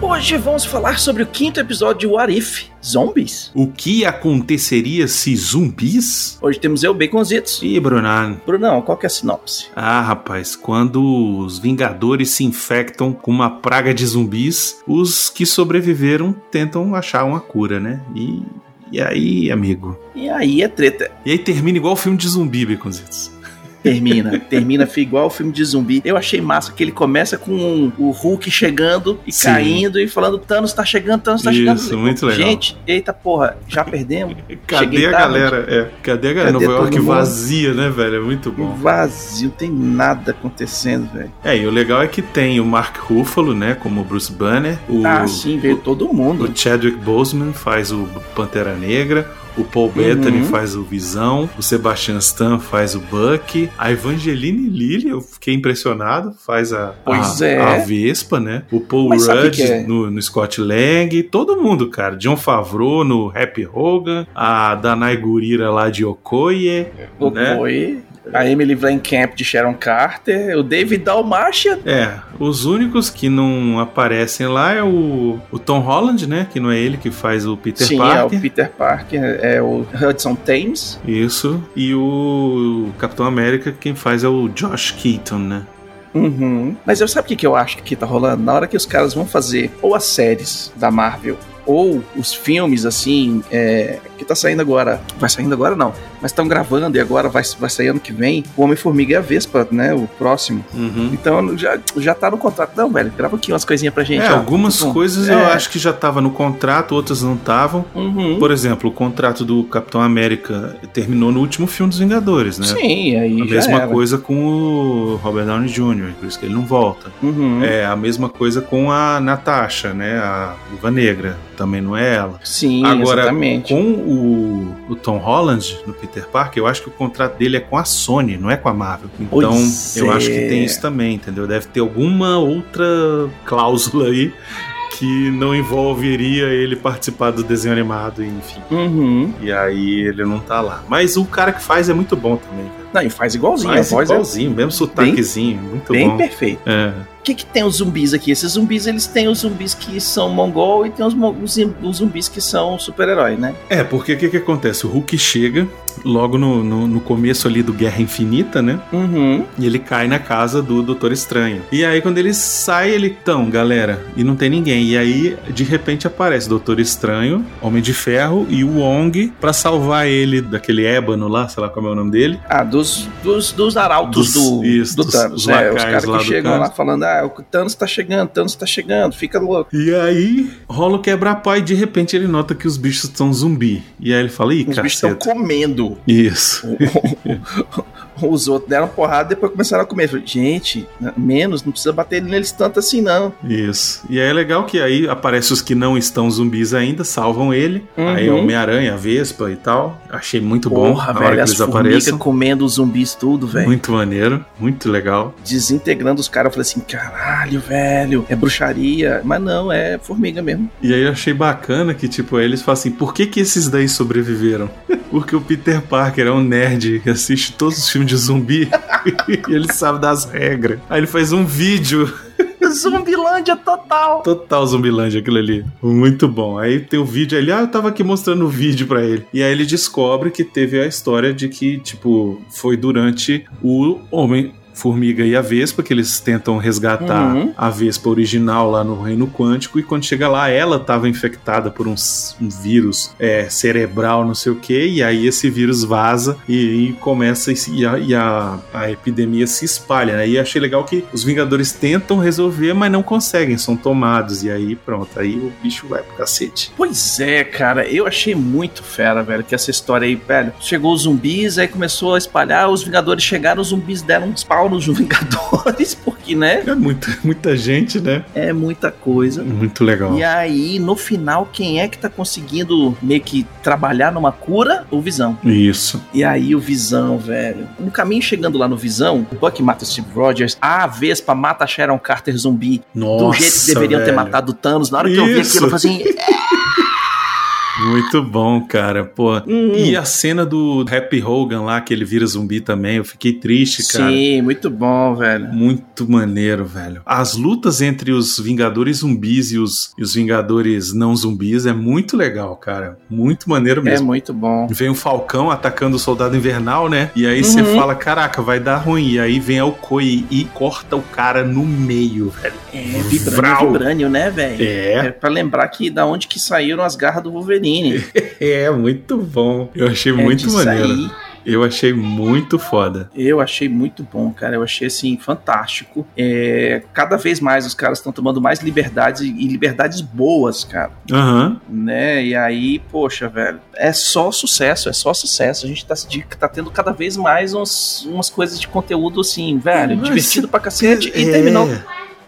Hoje vamos falar sobre o quinto episódio de What If Zombies. O que aconteceria se zumbis? Hoje temos eu, Baconzitos. Ih, Brunan. Brunão, qual que é a sinopse? Ah, rapaz, quando os Vingadores se infectam com uma praga de zumbis, os que sobreviveram tentam achar uma cura, né? E, e aí, amigo? E aí é treta. E aí termina igual o filme de zumbi, Baconzitos. Termina, termina foi igual o filme de zumbi. Eu achei massa que ele começa com um, o Hulk chegando e Sim. caindo e falando Thanos tá chegando, Thanos tá Isso, chegando. muito legal. Gente, eita porra, já perdemos? Cadê Cheguei a tarde. galera? É, cadê a galera? Cadê Nova todo York mundo? vazia, né, velho? É muito bom. Vazio, tem nada acontecendo, velho. É, e o legal é que tem o Mark Ruffalo, né, como o Bruce Banner. O, Ah, sim, veio todo mundo. O Chadwick Boseman faz o Pantera Negra, o Paul Bettany Uhum. faz o Visão, o Sebastian Stan faz o Buck, a Evangeline Lilly, eu fiquei impressionado, faz a, Pois a, é. a Vespa, né? O Paul Mas sabe Rudd que é? no, no Scott Lang, todo mundo, cara. John Favreau no Happy Hogan, a Danai Gurira lá de Okoye, O né? Coi, a Emily Camp de Sharon Carter, o David Dalmatia. É, os únicos que não aparecem lá é o, o Tom Holland, né? Que não é ele que faz o Peter Sim, Parker. é o Peter Parker, é o Hudson Thames. Isso. E o Capitão América, quem faz é o Josh Keaton, né? Uhum. Mas eu sabe o que, que eu acho que tá rolando? Na hora que os caras vão fazer ou as séries da Marvel ou os filmes assim é, que tá saindo agora vai saindo agora não mas estão gravando e agora vai, vai sair ano que vem o Homem Formiga e a Vespa né o próximo Uhum. então já já tá no contrato não velho grava aqui umas coisinhas pra gente é, ó. algumas Bom, coisas eu é. acho que já tava no contrato, outras não estavam. Uhum. Por exemplo, o contrato do Capitão América terminou no último filme dos Vingadores, né? sim aí A já mesma era. coisa com o Robert Downey Jr., por isso que ele não volta. Uhum. É, a mesma coisa com a Natasha, né? A Viva Negra, também não é ela. sim Agora, exatamente com o, o Tom Holland no Peter Parker, eu acho que o contrato dele é com a Sony, não é com a Marvel. Então, Pois eu é. acho que tem isso também, entendeu? Deve ter alguma outra cláusula aí que não envolveria ele participar do desenho animado, enfim. Uhum. E aí ele não tá lá. Mas o cara que faz é muito bom também. cara. não e faz igualzinho Faz a voz igualzinho, mesmo sotaquezinho, é muito bem bom. perfeito É. O que, que tem os zumbis aqui? Esses zumbis, eles têm os zumbis que são mongol e tem os, mo- os zim- os zumbis que são super-herói, né? É, porque o que, que acontece? O Hulk chega logo no, no, no começo ali do Guerra Infinita, né? Uhum. E ele cai na casa do Doutor Estranho. E aí, quando ele sai, ele. Então, galera, e não tem ninguém. E aí, de repente, aparece Doutor Estranho, Homem de Ferro e o Wong pra salvar ele daquele ébano lá, sei lá como é o nome dele. Ah, dos, dos, dos arautos Dos- do, isso, do dos- Thanos, os né? Os lacaios caras lá que do chegam Thanos. lá falando, ah, o Thanos tá chegando, Thanos tá chegando, fica louco. E aí, rola o quebra-pau e de repente ele nota que os bichos são zumbi. E aí ele fala: ih, Os bichos estão caceta. comendo. Isso. Os outros deram porrada e depois começaram a comer. Eu falei, Gente, menos, não precisa bater neles tanto assim, não. Isso. E aí é legal que aí aparece os que não estão zumbis ainda, salvam ele. Uhum. Aí Homem-Aranha, Vespa e tal. Achei muito bom Porra, a hora velho, que as eles formigas aparecem. comendo os zumbis tudo, velho. Muito maneiro, muito legal. desintegrando os caras. Eu falei assim, caralho, velho, é bruxaria. Mas não, é formiga mesmo. E aí eu achei bacana que, tipo, eles falam assim, por que que esses daí sobreviveram? Porque o Peter Parker é um nerd que assiste todos os filmes de zumbi e ele sabe das regras. Aí ele faz um vídeo Zumbilândia total. Total Zumbilândia aquilo ali. Muito bom. Aí tem o vídeo ali, ah, eu tava aqui mostrando o vídeo pra ele. E aí ele descobre que teve a história de que, tipo, foi durante o Homem Formiga e a Vespa, que eles tentam resgatar Uhum. a Vespa original lá no Reino Quântico, e quando chega lá, ela tava infectada por um, s- um vírus é, cerebral, não sei o que, e aí esse vírus vaza e, e começa e, se- e a, e a- a epidemia se espalha, né? E achei legal que os Vingadores tentam resolver, mas não conseguem, são tomados, e aí pronto, aí o bicho vai pro cacete. Pois é, cara, eu achei muito fera, velho, que essa história aí, velho. Chegou os zumbis, aí começou a espalhar, os Vingadores chegaram, os zumbis deram uns pau pau nos Vingadores, porque, né? É muita, muita gente, né? É muita coisa. Muito legal. E aí, no final, quem é que tá conseguindo meio que trabalhar numa cura? O Visão. Isso. E aí, o Visão, velho. No caminho chegando lá no Visão, o Buck mata o Steve Rogers, a Vespa mata a Sharon Carter zumbi Nossa, do jeito que deveriam ter velho. matado o Thanos. Na hora que eu vi Isso. aquilo, eu falei assim. Muito bom, cara. Pô. hum, E a cena do Happy Hogan lá, que ele vira zumbi também, eu fiquei triste, cara. Sim, muito bom, velho. Muito maneiro, velho. As lutas entre os Vingadores zumbis e os, e os Vingadores não zumbis é muito legal, cara. Muito maneiro É mesmo. muito bom. Vem o Falcão atacando o Soldado Invernal, né? E aí você Uhum. fala, caraca, vai dar ruim. E aí vem o Koi e corta o cara no meio, velho. É, vibrânio, Vral. vibrânio, né, velho? É. É, pra lembrar que da onde que saíram as garras do Wolverine. é muito bom. Eu achei É, muito disso maneiro. aí, Eu achei muito foda. Eu achei muito bom, cara. Eu achei assim fantástico. É, cada vez mais os caras estão tomando mais liberdades e liberdades boas, cara. Aham. Né? E aí, poxa, velho, é só sucesso, é só sucesso. A gente tá, de- tá tendo cada vez mais uns- umas coisas de conteúdo assim, velho, Mas divertido pra cacete. E É. terminou.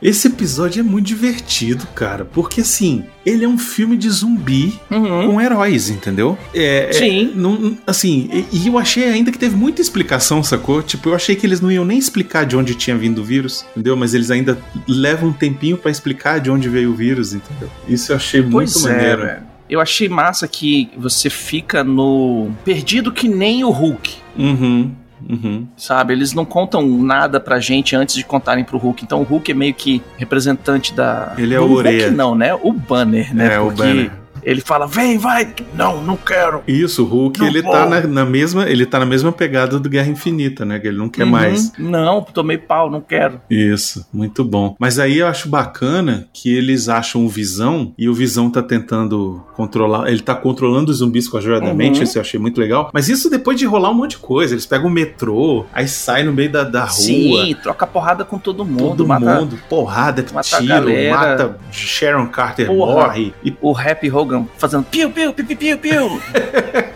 Esse episódio é muito divertido, cara, porque assim, ele é um filme de zumbi Uhum. com heróis, entendeu? É, é- Sim. não- assim, e, e eu achei ainda que teve muita explicação, sacou? Tipo, eu achei que eles não iam nem explicar de onde tinha vindo o vírus, entendeu? Mas eles ainda levam um tempinho pra explicar de onde veio o vírus, entendeu? Isso eu achei Pois muito é, maneiro. velho. Eu achei massa que você fica no. Perdido que nem o Hulk. Uhum, uhum. sabe? Eles não contam nada pra gente antes de contarem pro Hulk. Então o Hulk é meio que representante da. Ele é do a orelha. Hulk não, né? O banner, né? É, o Porque banner. Ele fala, vem, vai! Não, não quero! Isso, o Hulk, Não ele vou. tá na, na mesma, ele tá na mesma pegada do Guerra Infinita, né? Que ele não quer Uhum. mais. Não, tomei pau, não quero. Isso, muito bom. Mas aí eu acho bacana que eles acham o Visão e o Visão tá tentando controlar, ele tá controlando os zumbis coadjuradamente, Uhum. isso eu achei muito legal. Mas isso depois de rolar um monte de coisa, eles pegam o metrô, aí sai no meio da, da rua, Sim, troca porrada com todo mundo, todo mata. mundo, porrada, mata a tiro, galera. mata Sharon Carter, Porra. morre. E, O Happy Hogan fazendo piu, piu, piu, piu, piu, piu.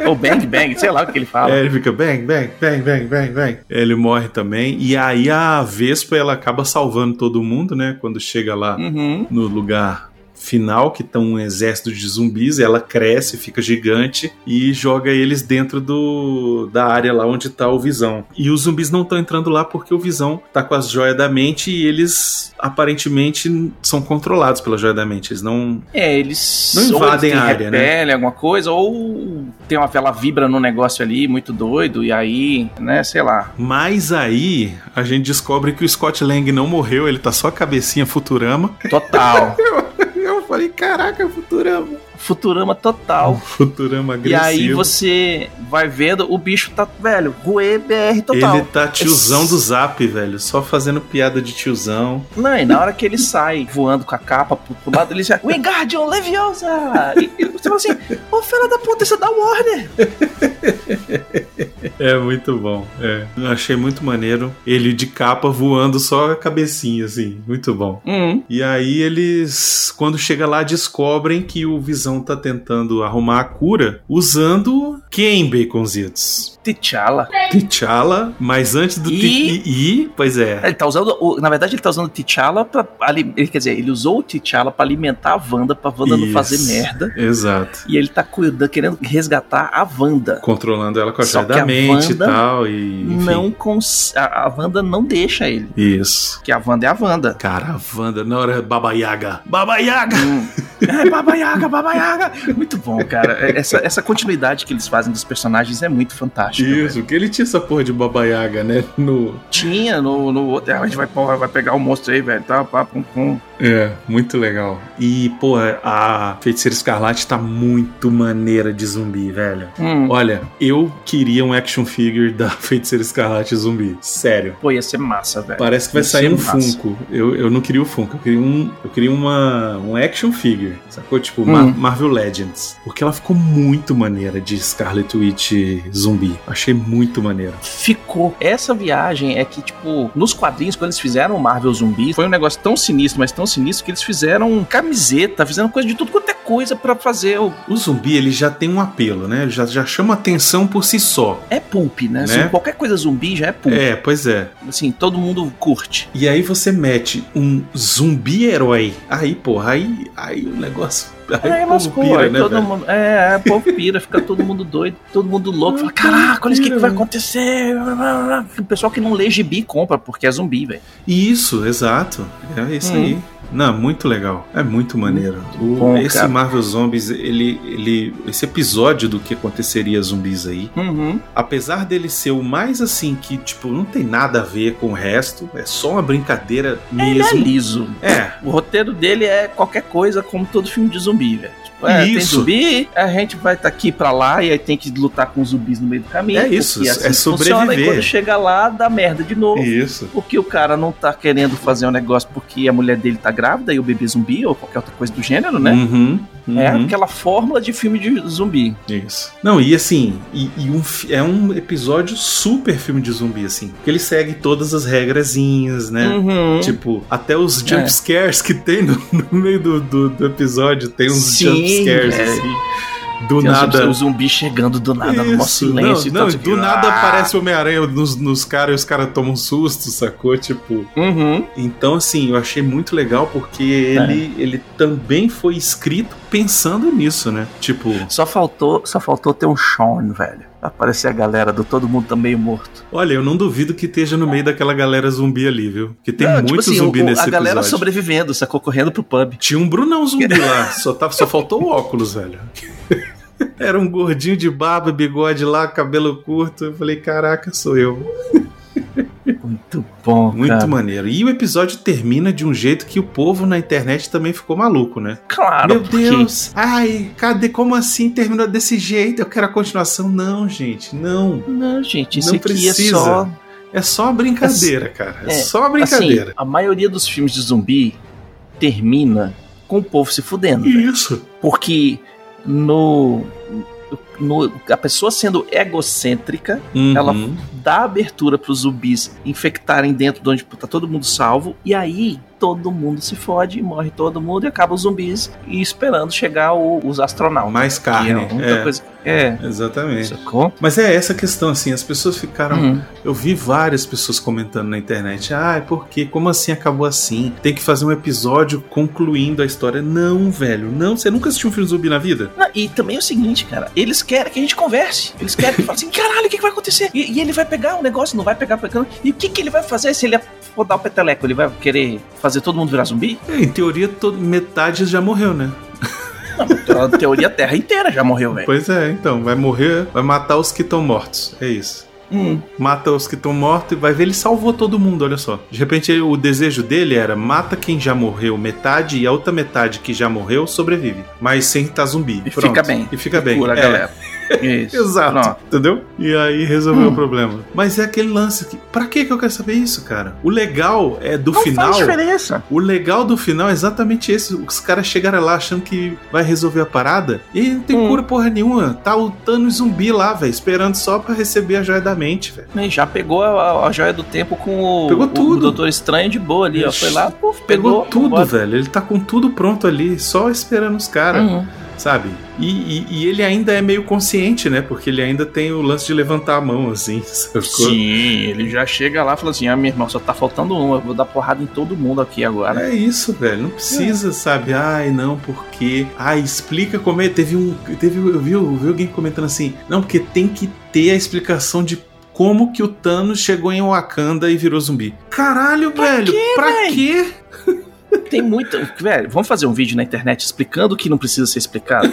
Ou bang, bang, sei lá o que ele fala. é, ele fica bang, bang, bang, bang, bang, bang. Ele morre também. E aí a Vespa, ela acaba salvando todo mundo, né? Quando chega lá Uhum. no lugar final, que estão um exército de zumbis, ela cresce, fica gigante e joga eles dentro do, da área lá onde tá o Visão. E os zumbis não estão entrando lá porque o Visão tá com as joias da mente e eles aparentemente n- são controlados pela joia da mente. Eles não. É, eles Não ou invadem eles a área, né? repelem alguma coisa, ou tem uma vela vibra no negócio ali, muito doido, e aí, né, sei lá. Mas aí a gente descobre que o Scott Lang não morreu, ele tá só a cabecinha Futurama. Total. Eu falei, caraca, Futurama. Futurama total. Futurama E agressivo. aí você vai vendo, o bicho tá, velho, Rue BR total. Ele tá tiozão do zap, velho. Só fazendo piada de tiozão. Não, e na hora que ele sai voando com a capa pro, pro lado, ele já. Wingardium Leviosa! E, e você fala assim, ô fera da puta, você dá um Warner! É muito bom. É. Eu Achei muito maneiro. Ele de capa voando só a cabecinha, assim. Muito bom. Hum, E aí eles, quando chega lá, descobrem que o Visão tá tentando arrumar a cura usando quem, Baconzitos? T'Challa. T'Challa, mas antes do E- T-I-I, pois é. Ele tá usando. o- na verdade, ele tá usando o T'Challa pra. ali- Ele, quer dizer, ele usou o T'Challa pra alimentar a Wanda, pra Wanda não Isso. fazer merda. Exato. E ele tá cuidando, querendo resgatar a Wanda. Controlando ela com a Só joia que da a mente e Wanda tal, e enfim. Não cons... a, a Wanda não deixa ele. Isso. Que a Wanda é a Wanda. Cara, a Wanda, na hora, Baba Yaga. Baba Yaga! É, Baba Yaga, Baba Yaga. Muito bom, cara. É, Essa, essa continuidade que eles fazem dos personagens é muito fantástica. velho. Isso, porque ele tinha essa porra de babaiaga, né? No... Tinha no, no outro. Ah, a gente vai, pô, vai pegar o monstro aí, velho. Tá, pá, pum, pum. É, muito legal. E, porra, a Feiticeira Escarlate tá muito maneira de zumbi, velho. Hum. Olha, eu queria um action figure da Feiticeira Escarlate zumbi. Sério. Pô, ia ser massa, velho. Parece que vai Ia sair ser um massa. Funko. Eu, eu não queria o Funko, eu queria um, eu queria uma, um action figure, sacou? Tipo Mar- Hum. Marvel Legends. Porque ela ficou muito maneira de Scarlet Witch zumbi. Achei muito maneiro. Ficou. Essa viagem é que, tipo, nos quadrinhos, quando eles fizeram o Marvel Zumbi, foi um negócio tão sinistro, mas tão sinistro, que eles fizeram camiseta, fizeram coisa de tudo quanto é coisa pra fazer. O... O zumbi, ele já tem um apelo, né? Ele já, já chama atenção por si só. É pulp, né? Né? Assim, qualquer coisa zumbi já é pulp. É, pois é. Assim, todo mundo curte. E aí você mete um zumbi herói. Aí, porra, aí, aí o negócio. Aí, É, o povo pira, né, aí todo velho? mundo. É, é, povo pira, fica todo mundo doido, todo mundo louco. Fala, caraca, olha isso o que, que vai acontecer. O pessoal que não lê gibi compra, porque é zumbi, velho. Isso, exato. É isso Hum. aí. Não, muito legal. É muito maneiro. O- bom, esse cara. Marvel Zombies, ele, ele. Esse episódio do que aconteceria zumbis aí, Uhum. apesar dele ser o mais assim que, tipo, não tem nada a ver com o resto, é só uma brincadeira Ele é mesmo. liso. É, O roteiro dele é qualquer coisa, como todo filme de zumbi, velho. Tipo, é, tem Isso. zumbi, a gente vai estar aqui pra lá e aí tem que lutar com os zumbis no meio do caminho. É isso, porque é que Funciona, e sobreviver. quando chega lá, dá merda de novo. isso. Porque o cara não tá querendo fazer um negócio porque a mulher dele tá grávida e o bebê zumbi ou qualquer outra coisa do gênero, né? Uhum, uhum. É aquela fórmula de filme de zumbi. Isso. Não, e assim, e, e um fi- é um episódio super filme de zumbi, assim. Porque ele segue todas as regrazinhas, né? Uhum. Tipo, até os É. jump scares que tem no, no meio do, do, do episódio, tem uns Sim, jump scares, é. assim. Do Tem nada. O zumbi chegando do nada, no maior Isso, silêncio. não, não, e tipo, ah. do nada aparece o Homem-Aranha nos, nos caras e os caras tomam um susto, sacou? Tipo. Uhum. Então, assim, eu achei muito legal É. porque ele, ele também foi escrito pensando nisso, né? Tipo, Só faltou, só faltou ter um Sean, velho. Pra aparecer a galera do Todo Mundo Tá Meio Morto. olha, eu não duvido que esteja no meio daquela galera zumbi ali, viu? Porque tem Não, muito zumbi Ah, tipo assim, o- o- nesse A galera episódio. sobrevivendo, sacou? Correndo pro pub. Tinha um Brunão zumbi lá, só, tava, só faltou o óculos, velho. Era um gordinho de barba, bigode lá, cabelo curto. Eu falei, caraca, sou eu. Muito bom, Muito cara. maneiro. E o episódio termina de um jeito que o povo na internet também ficou maluco, né? Claro, Meu Ah, porque Deus! Ai, cadê? Como assim terminou desse jeito? Eu quero a continuação. Não, gente, não. Não, gente, isso Não aqui precisa. é só... É só uma brincadeira, cara. É, é, só uma Assim, brincadeira. a maioria dos filmes de zumbi termina com o povo se fudendo. velho. Isso. Porque no, no- a pessoa sendo egocêntrica Ela- Uhum. dá abertura pros zumbis infectarem dentro de onde tá todo mundo salvo e aí todo mundo se fode, morre todo mundo e acaba os zumbis e esperando chegar o- os astronautas. Mais que carne. é a única é, coisa. É, Exatamente. sacou? Mas é essa questão, assim, as pessoas ficaram. Uhum. Eu vi várias pessoas comentando na internet. Ah, por quê? Como assim acabou assim? Tem que fazer um episódio concluindo a história. Não, velho, não. Você nunca assistiu um filme zumbi na vida? Não, e também é o seguinte, cara, eles querem que a gente converse. Eles querem que fale assim, caralho, o que, que vai acontecer? E, e ele vai pegar um negócio, não vai pegar, pegando. E o que, que ele vai fazer se ele é, for dar o peteleco? Ele vai querer fazer todo mundo virar zumbi? É, Em teoria, to- metade já morreu, né? Não, na teoria, a Terra inteira já morreu, velho. Pois é, então. Vai morrer, vai matar os que estão mortos. É isso. Hum, Mata os que estão mortos e vai ver, ele salvou todo mundo, olha só. De repente, o desejo dele era mata quem já morreu metade e a outra metade que já morreu sobrevive. Mas sem estar zumbi. E Pronto. fica bem. E fica bem. cura a É. galera. Isso. Exato. Pronto. Entendeu? E aí resolveu Hum. o problema. Mas é aquele lance que. Pra que que eu quero saber isso, cara? O legal é do Não final. faz diferença. O legal do final é exatamente esse. Os caras chegaram lá achando que vai resolver a parada. E não tem Hum. cura porra nenhuma. Tá o Thanos zumbi lá, velho. Esperando só pra receber a joia da mente, velho. E né, Já pegou a, a joia do tempo com o, Pegou o tudo. Doutor Estranho de boa ali, ó. Foi lá, puf, Pegou pegou. tudo, vambora. velho. Ele tá com tudo pronto ali, só esperando os caras, Uhum. sabe? E, e- e ele ainda é meio consciente, né? Porque ele ainda tem o lance de levantar a mão, assim. sacou? Sim, ele já chega lá e fala assim: Ah, meu irmão, só tá faltando uma, eu vou dar porrada em todo mundo aqui agora. É isso, velho. Não É. precisa, sabe? Ai, não, porque. Ai, explica como é. Teve um. Teve, eu, vi, eu vi alguém comentando assim. Não, porque tem que ter a explicação de como que o Thanos chegou em Wakanda e virou zumbi. Caralho, velho. pra véi? quê? Tem muita. Velho, vamos fazer um vídeo na internet explicando o que não precisa ser explicado?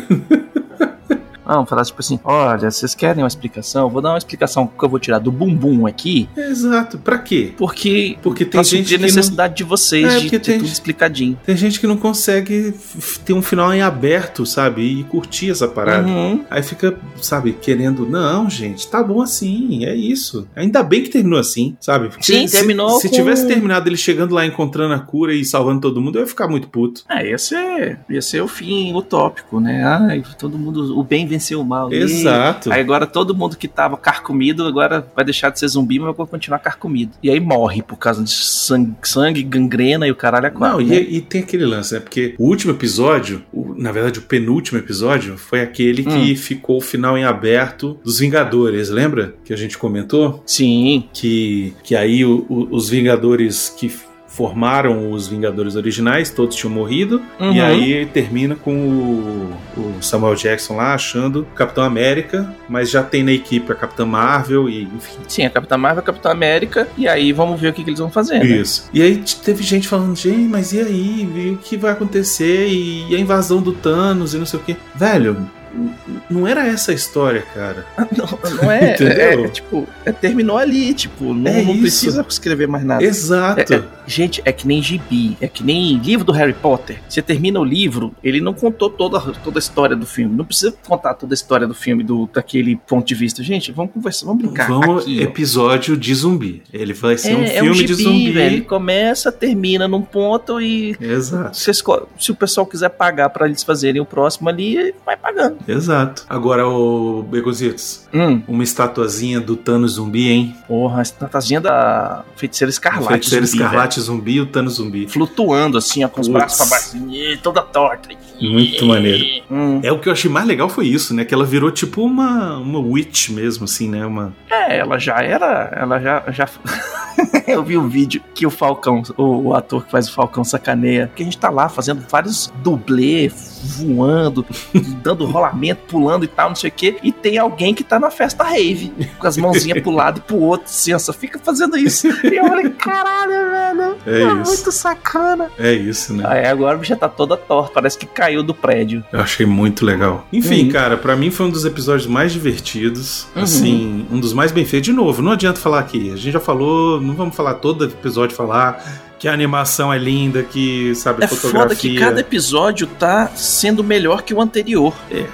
Ah, Vamos falar tipo assim: olha, vocês querem uma explicação? Vou dar uma explicação que eu vou tirar do bumbum aqui, Exato, pra quê? porque. Porque tem Pra suprir gente que a não, necessidade de vocês É, de porque ter tem- tudo explicadinho. tem gente que não consegue f- ter um final em aberto, sabe? E curtir essa parada. Uhum. Aí fica, sabe, querendo, não, gente, tá bom assim, é isso. Ainda bem que terminou assim, sabe? Porque Sim, se- terminou Se com- tivesse terminado ele chegando lá, encontrando a cura e salvando todo mundo, eu ia ficar muito puto. É, ia ser, ia ser o fim utópico, né? Ai, todo mundo. O bem venceu o mal. Ih, Exato. Aí agora todo mundo que tava carcomido agora vai deixar de ser zumbi, mas vai continuar carcomido. E aí morre por causa de sangue, sangue gangrena e o caralho é Não, quatro, né? e, e tem aquele lance, né? Porque o último episódio, o- na verdade, o penúltimo episódio foi aquele que Hum. ficou o final em aberto dos Vingadores, lembra? Que a gente comentou? Sim. que, que aí o- o- os Vingadores que formaram os Vingadores originais, todos tinham morrido, e Uhum. aí termina com o, o Samuel Jackson lá achando o Capitão América, mas já tem na equipe a Capitã Marvel e enfim. Sim, a Capitã Marvel, a Capitã América, e aí vamos ver o que, que eles vão fazer, né? Isso. E aí t- teve gente falando, gente, mas e aí? E o que vai acontecer? E, e a invasão do Thanos e não sei o quê. Velho, n- n- não era essa a história, cara. Não, não é, é, Entendeu? é, tipo, é, terminou ali, tipo, não, É não isso. precisa escrever mais nada. Exato. É, Gente, é que nem gibi, é que nem livro do Harry Potter. Você termina o livro, ele não contou toda, toda a história do filme. Não precisa contar toda a história do filme do, daquele ponto de vista. Gente, vamos conversar, vamos brincar. Vamos aqui, ó. episódio de zumbi. Ele vai ser um é, é filme de zumbi. velho. Começa, termina num ponto e Exato, se, esco- se o pessoal quiser pagar pra eles fazerem o próximo ali, vai pagando. exato. Agora, o Begositos, Hum, uma estatuazinha do Thanos zumbi, hein? Um porra, a tatazinha da feiticeira escarlate. Feiticeiro zumbi, velho. Escarlate zumbi e o Thanos zumbi. Flutuando assim, ó, com os Putz. braços pra baixo, e toda torta. Muito maneiro. Hum. É, o que eu achei mais legal foi isso, né? Que ela virou tipo uma, uma witch mesmo, assim, né? Uma... É, ela já era. Ela já. já... Eu vi um vídeo que o Falcão, o, o ator que faz o Falcão sacaneia, que a gente tá lá fazendo vários dublê, voando, dando rolamento, pulando e tal, não sei o quê, e tem alguém que tá na festa rave, com as mãozinhas pro lado e pro outro, assim, ó, só fica fazendo isso. E eu falei, caralho, velho, É é isso. muito sacana. É isso, né? Aí agora já tá toda torta, parece que caiu do prédio. Eu achei muito legal. Enfim, Uhum. cara, pra mim foi um dos episódios mais divertidos. Uhum. Assim, um dos mais bem feitos. De novo, não adianta falar aqui. A gente já falou, não vamos falar todo episódio falar que a animação é linda, que, sabe, a É foda que fotografia. cada episódio tá sendo melhor que o anterior. É.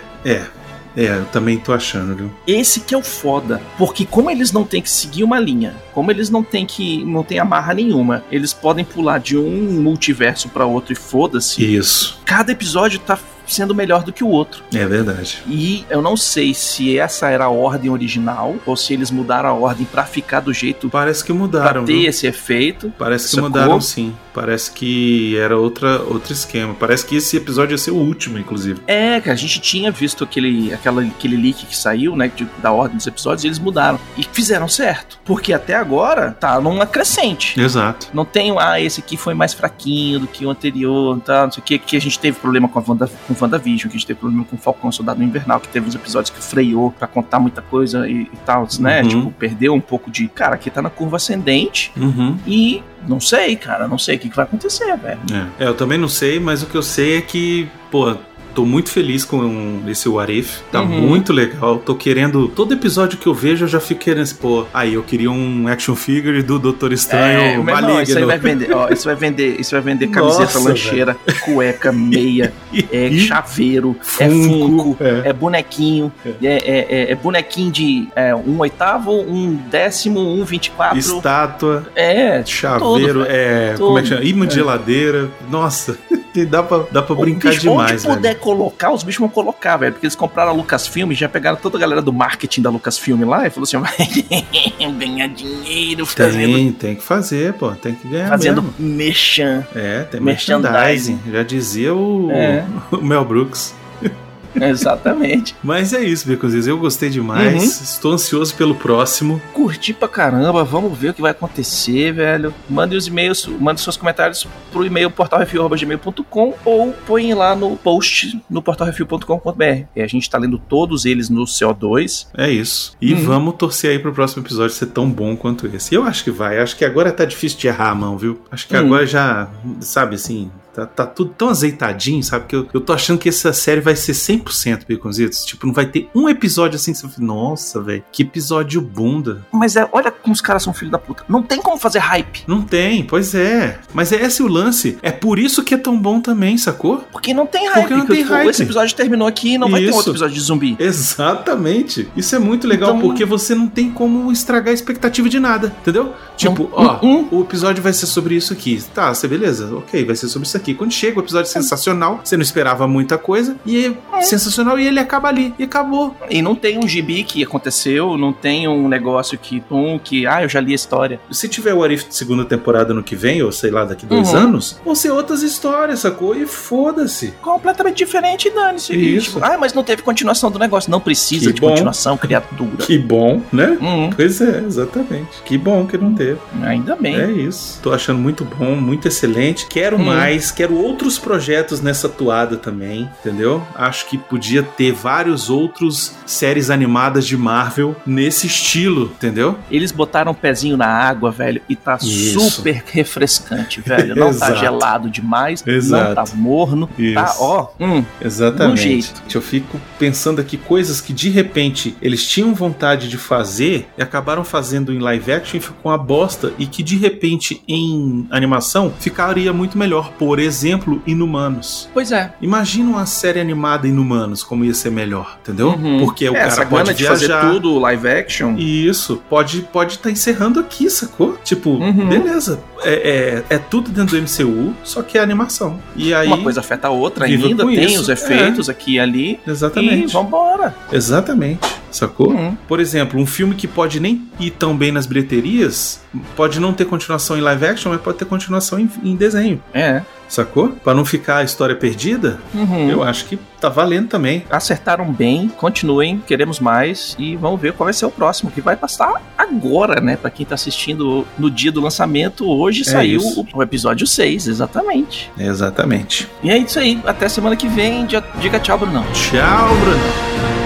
É, eu também tô achando, viu? Esse que é o foda, porque como eles não têm que seguir uma linha, como eles não têm que não tem amarra nenhuma, eles podem pular de um multiverso pra outro e foda-se. Isso. Cada episódio tá sendo melhor do que o outro. É verdade. E eu não sei se essa era a ordem original ou se eles mudaram a ordem pra ficar do jeito Parece que pra mudaram, ter viu? esse efeito. Parece que Sacou? mudaram sim. Parece que era outra, outro esquema. Parece que esse episódio ia ser o último, inclusive. É, que a gente tinha visto aquele, aquela, aquele leak que saiu, né, de- da ordem dos episódios, e eles mudaram e fizeram certo, porque até agora tá numa crescente. Exato. Não tem, ah, esse aqui foi mais fraquinho do que o anterior, tá, não sei o que, que a gente teve problema com a Wanda, com WandaVision, que a gente teve problema com o Falcão Soldado Invernal, que teve uns episódios que freou pra contar muita coisa e, e tal, né? Uhum. Tipo, perdeu um pouco de. Cara, aqui tá na curva ascendente Uhum. e não sei, cara, não sei o que, que vai acontecer, velho. É. É, eu também não sei, mas o que eu sei é que, pô, tô muito feliz com esse What If. Tá Uhum. muito legal. Tô querendo. Todo episódio que eu vejo, eu já fico querendo. assim, Pô, aí eu queria um action figure do Doutor Estranho mas Então, maligno. não, É, isso aí vai vender, ó, isso vai vender, isso vai vender camiseta, Nossa, lancheira, cueca, meia, é E chaveiro, é Funko. funko, É. é bonequinho, é, é- é- é bonequinho de é, um oitavo, um décimo, um vinte e quatro. Estátua, É, velho. chaveiro, é. Tudo. Como é que chama? Imã de geladeira. Nossa, dá pra, dá pra o brincar Um bicho, demais, Onde velho. puder colocar, os bichos vão colocar, velho. Porque eles compraram a Lucasfilm, já pegaram toda a galera do marketing da Lucasfilm lá e falou assim: vai ganhar dinheiro fazendo, Tem, tem que fazer, pô. Tem que ganhar. fazendo mesmo. mexan. É, tem merchandising. merchandising. Já dizia o, É. o Mel Brooks. Exatamente. Mas é isso, Beconzitos. Eu gostei demais. Uhum. Estou ansioso pelo próximo. Curti pra caramba, vamos ver o que vai acontecer, velho. Mande os e-mails, mande seus comentários pro e-mail portalrefil.gmail.com ou põe lá no post no portalrefil.com.br. E a gente tá lendo todos eles no CO2. É isso. E Uhum. vamos torcer aí pro próximo episódio ser tão bom quanto esse. Eu acho que vai. Acho que agora tá difícil de errar a mão, viu? Acho que Uhum. agora já, sabe assim, tá, tá tudo tão azeitadinho, sabe? Que eu, eu tô achando que essa série vai ser 100% Beconzitos. Tipo, não vai ter um episódio assim que você fala, nossa, velho, que episódio bunda. Mas é, olha como os caras são filho da puta. Não tem como fazer hype, Não tem, pois é. Mas é esse o lance. É por isso que é tão bom também, sacou? porque não tem hype. Porque não tem o- hype. Esse episódio terminou aqui e não vai ter Isso. outro episódio de zumbi. Exatamente. Isso é muito legal Então- porque você não tem como estragar a expectativa de nada, entendeu? Tipo, Não. ó, Hum, hum. o episódio vai ser sobre isso aqui. Tá, você beleza? OK, vai ser sobre isso. aqui. Quando chega o episódio sensacional, você não esperava muita coisa, e é sensacional, e ele acaba ali, e acabou. E não tem um gibi que aconteceu, não tem um negócio que, um, que, ah, eu já li a história. Se tiver o Arif de segunda temporada no que vem, ou sei lá, daqui dois Uhum. anos, vão ser outras histórias, sacou? E foda-se. Completamente diferente, dane-se. Isso. Tipo, ah, mas não teve continuação do negócio. Não precisa Que de bom. continuação, criatura. Que bom, né? Hum, Pois é, exatamente. Que bom que não teve. ainda bem. É isso. Tô achando muito bom, muito excelente. Quero Hum. mais, quero outros projetos nessa toada também, entendeu? Acho que podia ter vários outros séries animadas de Marvel nesse estilo, entendeu? Eles botaram o pezinho na água, velho, e tá Isso. super refrescante, velho. Não tá Exato. gelado demais, não Exato. tá morno, tá, Isso. ó, hum, Exatamente. De um jeito. Eu fico pensando aqui coisas que de repente eles tinham vontade de fazer e acabaram fazendo em live action e ficou uma bosta e que de repente em animação ficaria muito melhor. Por exemplo, Inumanos. pois é. Imagina uma série animada Inumanos, como ia ser melhor, entendeu? Uhum. Porque o É, cara pode de viajar. fazer tudo live action. E isso, pode pode tá encerrando aqui, sacou? Tipo, Uhum. beleza. É, é- é tudo dentro do MCU, só que é animação. E aí. Uma coisa afeta a outra viva ainda, com tem isso. É. os efeitos aqui e ali. E Exatamente. vambora. Exatamente. Sacou? Hum. Por exemplo, um filme que pode nem ir tão bem nas bilheterias, pode não ter continuação em live action, mas pode ter continuação em, em desenho. É. Sacou? Pra não ficar a história perdida, Uhum. eu acho que tá valendo também. acertaram bem, continuem, queremos mais e vamos ver qual vai ser o próximo, que vai passar agora, né? Pra quem tá assistindo no dia do lançamento, hoje saiu isso. o, o episódio 6, exatamente. Exatamente. E é isso aí, até semana que vem, dia- diga tchau, Brunão. Tchau, Bruno.